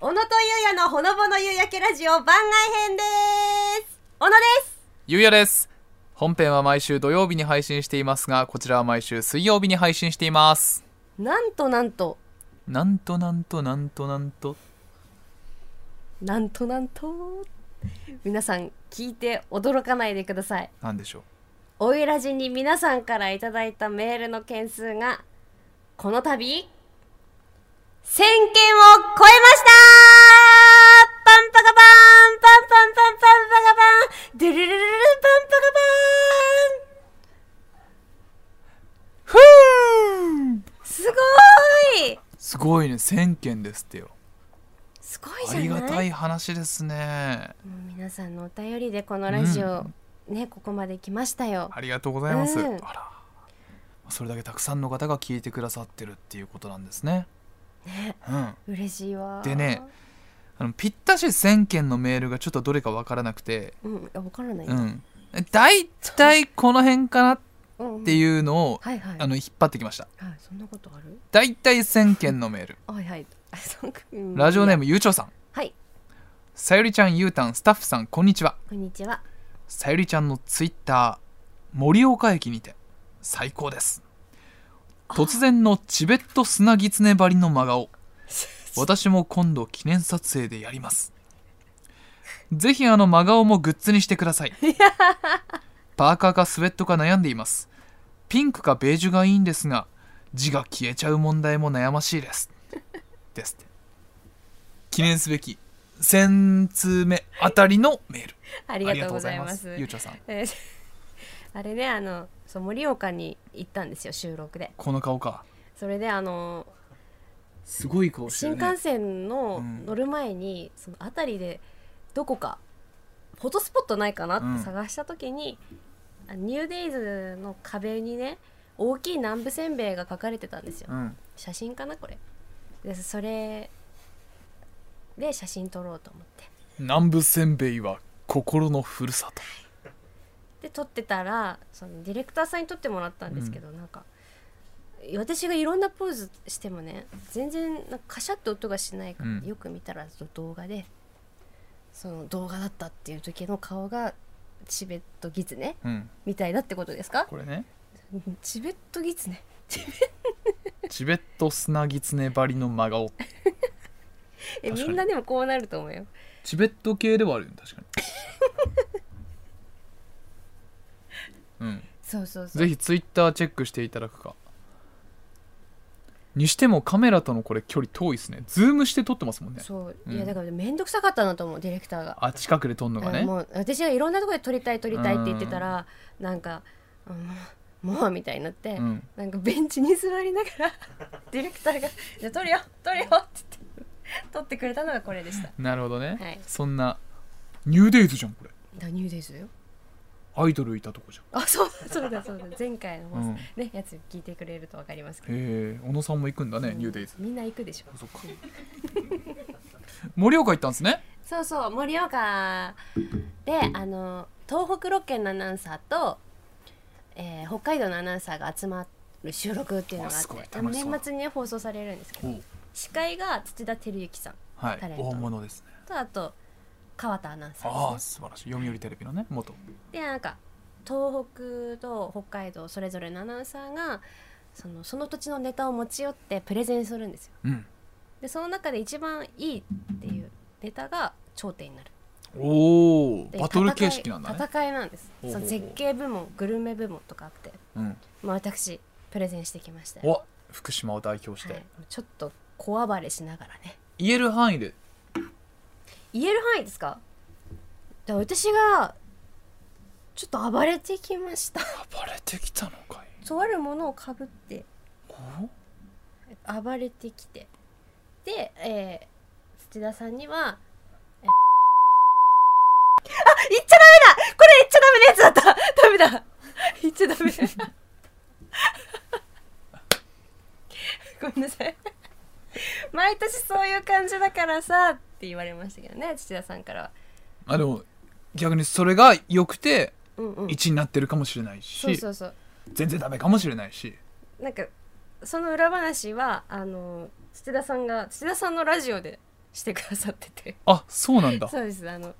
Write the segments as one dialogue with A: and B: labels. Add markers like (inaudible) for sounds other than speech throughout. A: 小野とゆうやのほのぼの夕焼けラジオ番外編です小野です
B: ゆうやです本編は毎週土曜日に配信していますがこちらは毎週水曜日に配信しています
A: なんとなんと
B: なんとなんとなんとなんと
A: なんとなんと皆さん聞いて驚かないでください
B: なんでしょう
A: おいらじに皆さんからいただいたメールの件数がこの度1000件を超えましたパンパカパンパンパンパンパンパカパンドゥルルルルルパンパカパ
B: ふー
A: ンすごーい
B: すごいね1000件ですってよ
A: すごいじ
B: あ
A: ゃない
B: りがたい話ですね
A: もう皆さんのお便りでこのラジオ、ねここまで来ましたよ
B: ありがとうございます、
A: うん
B: あらそれだけたくさんの方が聞いてくださってるっていうことなんですね
A: ね
B: うん
A: 嬉しいわ
B: でねあのぴったし1000件のメールがちょっとどれかわからなくて
A: うんあわからない、
B: うん大体この辺かなっ
A: うんうん
B: ていうのを
A: はいはい
B: あの引っ張ってきました
A: はいそんなことある
B: 大体1000件のメール
A: はいはいあそんうん
B: ラジオネームゆうちょうさん
A: はい
B: さゆりちゃんゆうたんスタッフさんこんにちは
A: こんにちは
B: さゆりちゃんのツイッター盛岡駅にて最高です突然のチベット砂狐張りの真顔私も今度記念撮影でやりますぜひあの真顔もグッズにしてくださいパーカーかスウェットか悩んでいますピンクかベージュがいいんですが字が消えちゃう問題も悩ましいですですって記念すべき1000通目あたりのメール
A: ありがとうございます
B: ありがとうございゆ
A: え
B: うちょさん
A: ー (laughs) あれねあのそう盛岡に行ったんですよ収録で
B: この顔か
A: それであの
B: すごい顔
A: 新幹線の
B: うん
A: 乗る前に、その辺りでどこかフォトスポットないかなっ
B: うん
A: て探した時に、あニューデイズの壁にね大きい南部せんべいが書かれてたんですよ
B: うん
A: 写真かなこれでそれで写真撮ろうと思って
B: 南部せんべいは心のふるさと
A: で撮ってたらそのディレクターさんに撮ってもらったんですけど、なんか私がいろんなポーズしてもね全然なんかカシャって音がしないから、
B: うん
A: よく見たらその動画でその動画だったっていう時の顔がチベットギツネ
B: うん
A: みたいだってことですか
B: これ (laughs) ね
A: (laughs) チベットギツネ
B: チベット砂狐張りの真顔
A: え
B: 確か
A: み
B: に
A: んなでもこうなると思うよ
B: チベット系ではあるよね確 (laughs) かにうん
A: そうそうそう
B: ぜひツイッターチェックしていただくかにしてもカメラとのこれ距離遠いですねズームして撮ってますもんね
A: そう
B: うん
A: いやだから面倒くさかったなと思うディレクターが
B: あ近くで撮るのが
A: うん
B: ね
A: もう私がいろんなところで撮りたい撮りたいって言ってたら、なんか、うんもうみたいになって、
B: うん
A: なんかベンチに座りなが
B: (laughs)
A: らディレクターが「じゃあ撮るよ撮るよ」って言って撮ってくれたのがこれでした
B: なるほどね、
A: はい
B: そんなニューデイズじゃんこれ
A: だニューデイズだよ
B: アイドルいたとこじゃん
A: あそうだそうだそうだ前回の放送、
B: うん
A: ねやつ聞いてくれるとわかりますけど、
B: へえ小野さんも行くんだね、
A: うん
B: ニューデイズ
A: みんな行くでしょ
B: そっか盛岡行ったんですね
A: そうそう盛岡であの東北6県のアナウンサーと、えー北海道のアナウンサーが集まる収録っていうのがあっ
B: あすごい
A: てあの
B: 楽しそう
A: 年末にね放送されるんですけど司会が土田照之さん
B: は
A: タレ
B: い
A: ント
B: 大物ですね
A: とあと川田アナウンサ
B: あ
A: ー
B: あ
A: です
B: 素晴らしい読売テレビのね元
A: ねでなんか東北と北海道それぞれのアナウンサーがそのその土地のネタを持ち寄ってプレゼンするんですよ
B: うん
A: でその中で一番いいっていうネタが頂点になる
B: おお
A: で
B: バトル
A: 戦い
B: 形式なんだね
A: 戦いなんです
B: ほう
A: そ
B: ほう
A: の
B: ほう
A: 絶景部門グルメ部門とかあって、
B: うん
A: まあ、私プレゼンしてきましたよ、
B: お福島を代表して、
A: はい、ちょっと小暴れしながらね
B: 言える範囲で
A: 言える範囲ですかで私がちょっと暴れてきました (laughs)
B: 暴れてきたのかい
A: とあるものをかぶって
B: お
A: 暴れてきてで、えー、土田さんにはえーあ言っちゃダメだこれ言っちゃダメなやつだったダメだ (laughs) 言っちゃダメ (laughs) だごめんなさい毎年そういう感じだからさって言われましたけどね土田さんからは
B: あでも逆にそれが良くて
A: うんうん
B: 1になってるかもしれないし、
A: そうそうそう
B: 全然ダメかもしれないし
A: なんかその裏話はあの土田さんが土田さんのラジオでしてくださってて
B: あそうなんだ
A: そうですあの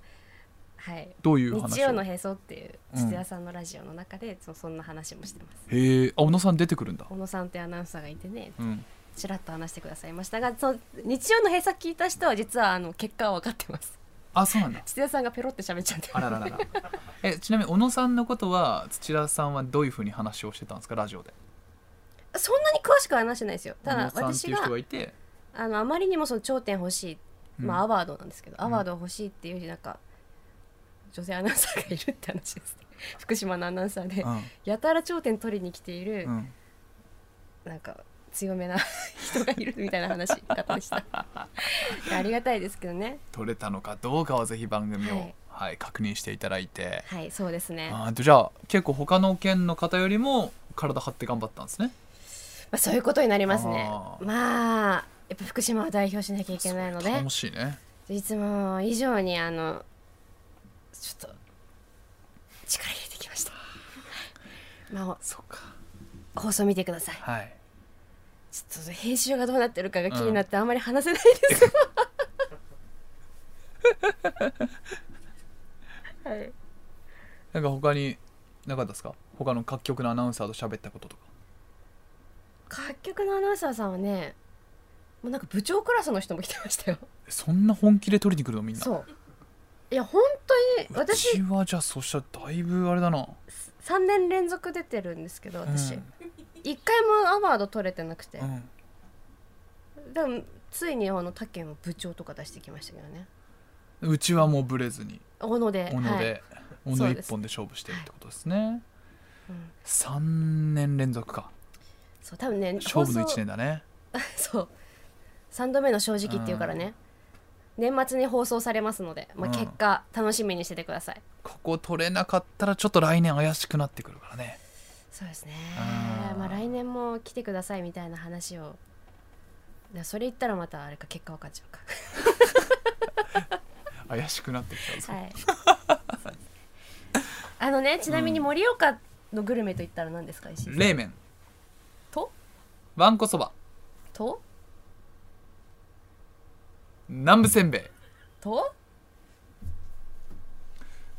A: はい
B: どういう
A: 日
B: 話
A: 曜の
B: をへ
A: へそっていう土屋さんのラジオの中で、そうそんな話もしてます
B: えあ小野さん出てくるんだ
A: 小野さんってアナウンサーがいてね
B: うん
A: ちらっと話してくださいましたがそう日曜の閉鎖聞いた人は実はあの結果は分かってます
B: あそうなんだ
A: 土屋さんがペロって喋っちゃって
B: あらららら (laughs) えちなみに小野さんのことは土田さんはどういうふうに話をしてたんですかラジオで
A: そんなに詳しくは話してないですよただ
B: 小野さ
A: 私
B: んっていう
A: が
B: 人がいて
A: あのあまりにもその頂点欲しい、まあ、
B: う
A: ア
B: ん
A: ワードなんですけど、
B: ん
A: アワード欲しいっていうなんか女性アナウンサーがいるって話ですね福島のアナウンサーで、
B: うん
A: やたら頂点取りに来ている、
B: うん
A: なんか強めな (laughs) 人がいるみたいな話し方でしたいやありがたいですけどね
B: 取れたのかどうかはぜひ番組を、は
A: はいい
B: 確認していただいて
A: はいそうですね
B: あーとじゃあ結構他の県の方よりも体張って頑張ったんですね
A: まあ、そういうことになりますね
B: あー
A: まあやっぱ福島を代表しなきゃいけないの
B: それ
A: で
B: 楽しいね
A: いつも以上にあのちょっと力入れてきま
B: (laughs)
A: したまあ
B: そうか
A: 放送見てください
B: はい
A: ちょっと編集がどうなってるかが気になってあんまり話せないです、
B: (laughs)
A: (laughs) はい
B: なんか他になかったですか他の各局のアナウンサーと喋ったこととか
A: 各局のアナウンサーさんはねもうなんか部長クラスの人も来てましたよ
B: えそんな本気で取りに来るのみんな
A: そういや本当に私
B: うちはじゃあそしたらだいぶあれだな
A: 3年連続出てるんですけど私、
B: うん
A: 一回もアワード取れてなくて、
B: うん、
A: でもついにあの他県を部長とか出してきましたけどね
B: うちはもうブレずに
A: 小野で
B: 斧
A: はい
B: で、
A: い
B: 斧
A: そうで
B: 一
A: す
B: 本で勝負してるってことですね、
A: うん
B: 三3年連続か
A: そう多分ね
B: 勝負の
A: 放
B: 1
A: 送
B: 年だね
A: (laughs) そう3度目の正直っていうからね、年末に放送されますので、まあ、
B: うん
A: 結果楽しみにしててください、
B: ここ取れなかったらちょっと来年怪しくなってくるからね
A: そうですね
B: あー
A: まあ来年も来てくださいみたいな話をいやそれ言ったらまたあれか結果分かっちゃうか
B: 怪しくなってきたぞ、
A: はい。 (laughs) あのね、ちなみに盛岡のグルメと言ったら何ですか、石井さん。
B: 冷麺
A: と、
B: わんこそば
A: と、
B: 南部せんべい
A: と、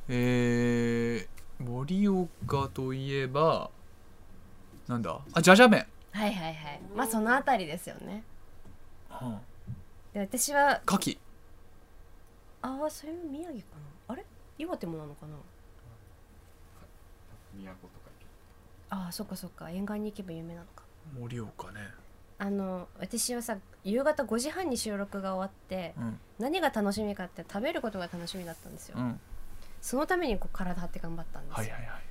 B: えー、盛岡といえばなんだあじゃじゃ麺、
A: はいはいはい。まあそのあたりですよね。
B: うん、
A: で私は
B: 牡蠣
A: ああそれ宮城かな。あれ岩手もなのかな。
C: 宮古とか行け
A: ああそっかそっか沿岸に行けば有名なのか。
B: 盛岡ね
A: あの私はさ夕方5時半に収録が終わって
B: うん
A: 何が楽しみかって食べることが楽しみだったんですよ、
B: うん
A: そのためにこう体張って頑張ったんですよ、
B: はいはいはい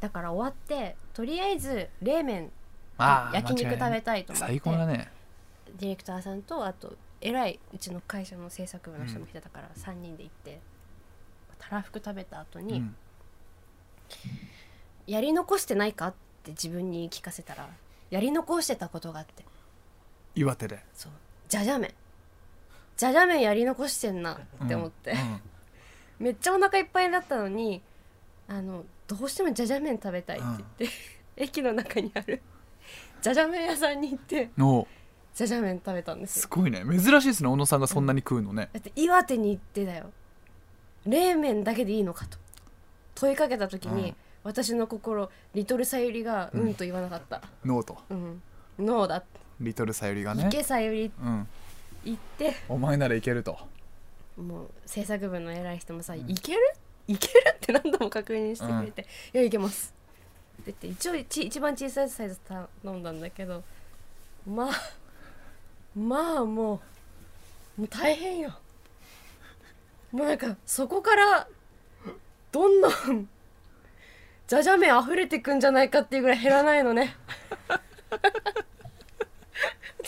A: だから終わってとりあえず冷麺
B: あー
A: 焼肉
B: 間違い
A: 食
B: ない
A: べたいと思って
B: 最高だね
A: ディレクターさんとあと偉いうちの会社の制作部の人も来てたから、3人で行ってたらふく食べた後に、
B: うん
A: やり残してないかって自分に言い聞かせたらやり残してたことがあって
B: 岩手で
A: そうじゃじゃ麺じゃじゃ麺やり残してんなって思って、めっちゃお腹いっぱいだったのにあのどうしてもじゃじゃ麺食べたいって言って、 (laughs) 駅の中にある (laughs) じゃじゃ麺屋さんに行って
B: うんお
A: じゃじゃ麺食べたんですよ
B: すごいね珍しいですね小野さんがそんなに食うのね、
A: だって岩手に行ってだよ冷麺だけでいいのかと問いかけた時に、
B: うん
A: 私の心リトルさゆりが
B: うん
A: うんと言わなかった、
B: ノーと
A: うんノーだ
B: リトルさゆりがね
A: 行けさゆり
B: うん
A: 行って
B: お前ならいけると
A: もう制作部の偉い人もさ「
B: ん
A: 行ける行ける?」って何度も確認してくれて「いや行けます」って言って一応ち一番小さいサイズ頼んだんだけどまあまあもうもう大変よもうなんかそこからどんどんじゃじゃ麺溢れてくんじゃないかっていうぐらい減らないのね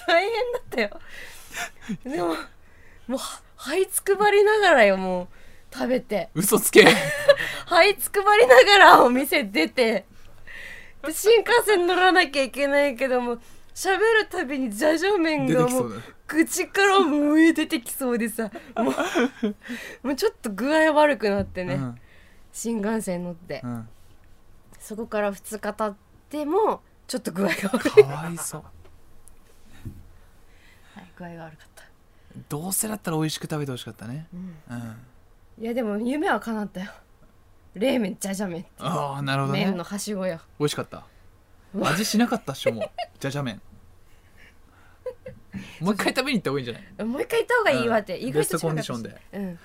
A: 大変だったよでももうははいつくばりながらよもう食べて
B: 嘘つけ
A: はいつくばりながらお店出てで
B: (laughs)
A: 新幹線乗らなきゃいけないけども喋るたびにジャジャ麺
B: 出て
A: が
B: きそ
A: も
B: うだ
A: う
B: ね
A: 口からもう出てきそうで
B: (laughs)
A: さもうもうちょっと具合悪くなってね、
B: うん
A: 新幹線乗って、
B: うん
A: そこから2日経ってもちょっと具合が悪い、
B: かわいそう
A: はい具合が悪かった
B: どうせだったら美味しく食べてほしかったね
A: うん
B: うん
A: いやでも夢は叶ったよ冷麺じゃじゃ麺って
B: ああなるほどね
A: 麺のはしごや
B: 美味しかった味しなかったっしょもうじゃじ
A: (laughs)
B: ゃ麺もう一回食べに行った方がいいんじゃない
A: もう一回行った方がいいわって、
B: うん
A: 意外と
B: ベストコンディションで
A: 近かったしうん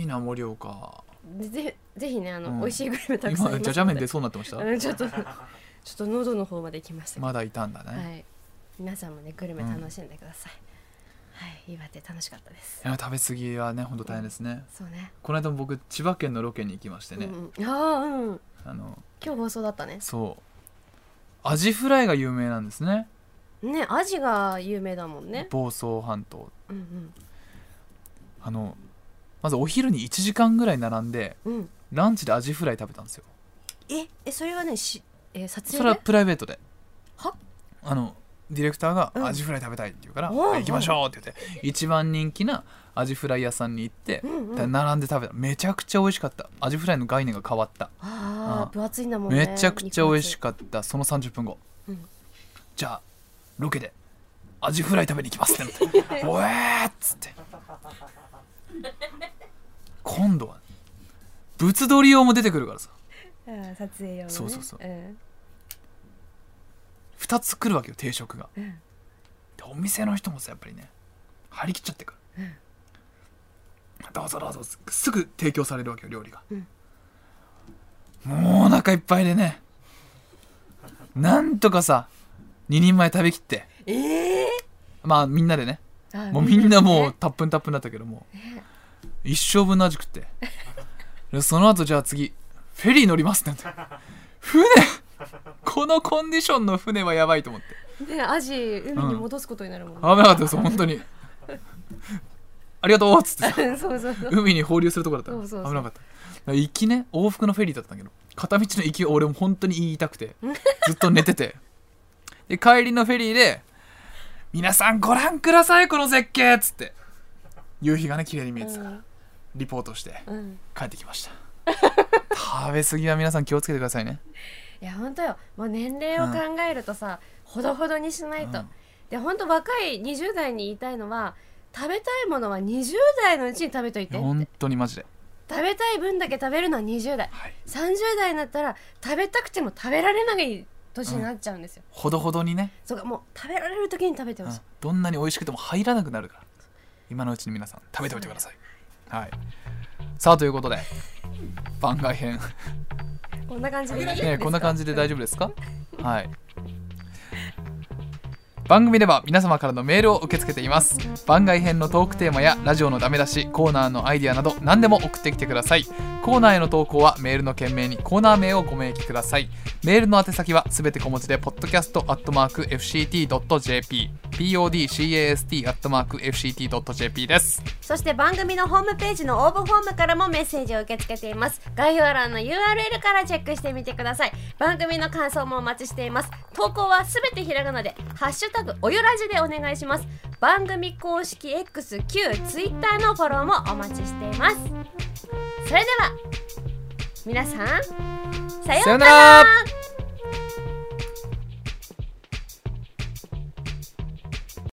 B: いいな盛岡
A: でぜぜひねあの、
B: うん
A: 美味しいグルメたくさん
B: 今じゃじゃ麺出
A: す
B: そうになってました
A: うんちょっとちょっと喉の方まで来ましたけど、
B: まだいたんだね、い
A: はい皆さんもねグルメ楽しんでください、はい岩手楽しかったです
B: や食べ過ぎはねほんと大変ですね
A: そうね
B: この間も僕千葉県のロケに行きましてね、
A: うんうん、ああうん
B: あの
A: 今日放送だったね
B: そうアジフライが有名なんですね
A: ねアジが有名だもんね
B: 房総半島
A: うん
B: あのまずお昼に1時間ぐらい並んで
A: うんうん
B: ランチでアジフライ食べたんですよ
A: ええそれはねし、えー撮
B: そ
A: 影
B: れは
A: で
B: プライベートで
A: は
B: あのディレクターが
A: う
B: 「
A: ん
B: アジフライ食べたい」って言うから「
A: おう
B: 行きましょう」って言って一番人気なアジフライ屋さんに行って
A: うんうん
B: だ並んで食べためちゃくちゃ美味しかったアジフライの概念が変わった
A: あ
B: うん
A: あ分厚いんだもんね
B: めちゃくちゃ美味し
A: く
B: かったその30分後
A: うん
B: じゃあロケでアジフライ食べに行
A: (laughs)
B: きますってなって「おえー!」っつって今度は物撮り用も出てくるからさ
A: 撮影用のね
B: そうそうそう
A: うん
B: 2つ来るわけよ定食が、
A: うん
B: でお店の人もさやっぱりね張り切っちゃってから、どうぞどうぞすぐ提供されるわけよ料理が、
A: うん
B: もうお腹いっぱいでねなんとかさ2人前食べきって
A: ええ
B: まあみんなでね
A: ー、
B: もうみんなもう
A: ね
B: たっぷんたっぷんだったけども一生分の味食ってでその後じゃあ次フェリー乗りますってなって船このコンディションの船はやばいと思って
A: ねアジ海に戻すことになるもんね、
B: 危なかったです本当にありがとうっつって
A: (laughs)
B: さ
A: そうそうそう
B: 海に放流するとこだった
A: そうそうそう
B: 危なかっただから行きね往復のフェリーだったんだけど片道の行きを俺も本当に言いたく
A: (laughs)
B: てずっと寝ててで帰りのフェリーで「皆さんご覧くださいこの絶景」っつって夕日がね綺麗に見えてたから、リポートして
A: うんうん
B: 帰ってき
A: (laughs)
B: ました食べ過ぎは皆さん気をつけてくださいね
A: いや本当よもう年齢を考えるとさ、ほどほどにしないと、
B: うん
A: で本当若い20代に言いたいのは食べたいものは20代のうちに食べといて食
B: 本当にマジで
A: べたい分だけ食べるのは20代
B: はい
A: 30代になったら食べたくても食べられない年になっちゃうんですよ、
B: ほどほどにね
A: そうかもう食べられる時に食べてほしい、
B: どんなに美味しくても入らなくなるから今のうちに皆さん食べておいてください、はい、さあということで番外編、
A: こんな感じで
B: ね、こんな感じで大丈夫ですかはい番組では皆様からのメールを受け付けています番外編のトークテーマやラジオのダメ出しコーナーのアイデアなど何でも送ってきてくださいコーナーへの投稿はメールの件名にコーナー名をご明記くださいメールの宛先はすべて小文字で podcast.fct.jp podcast.fct.jp です
A: そして番組のホームページの応募フォームからもメッセージを受け付けています。概要欄の URL からチェックしてみてください。番組の感想もお待ちしています。投稿はすべてひらがなで、ハッシュタグおよらじでお願いします。番組公式 X、旧 Twitter のフォローもお待ちしています。それでは、皆さん、さような
B: さような
A: ら
B: ら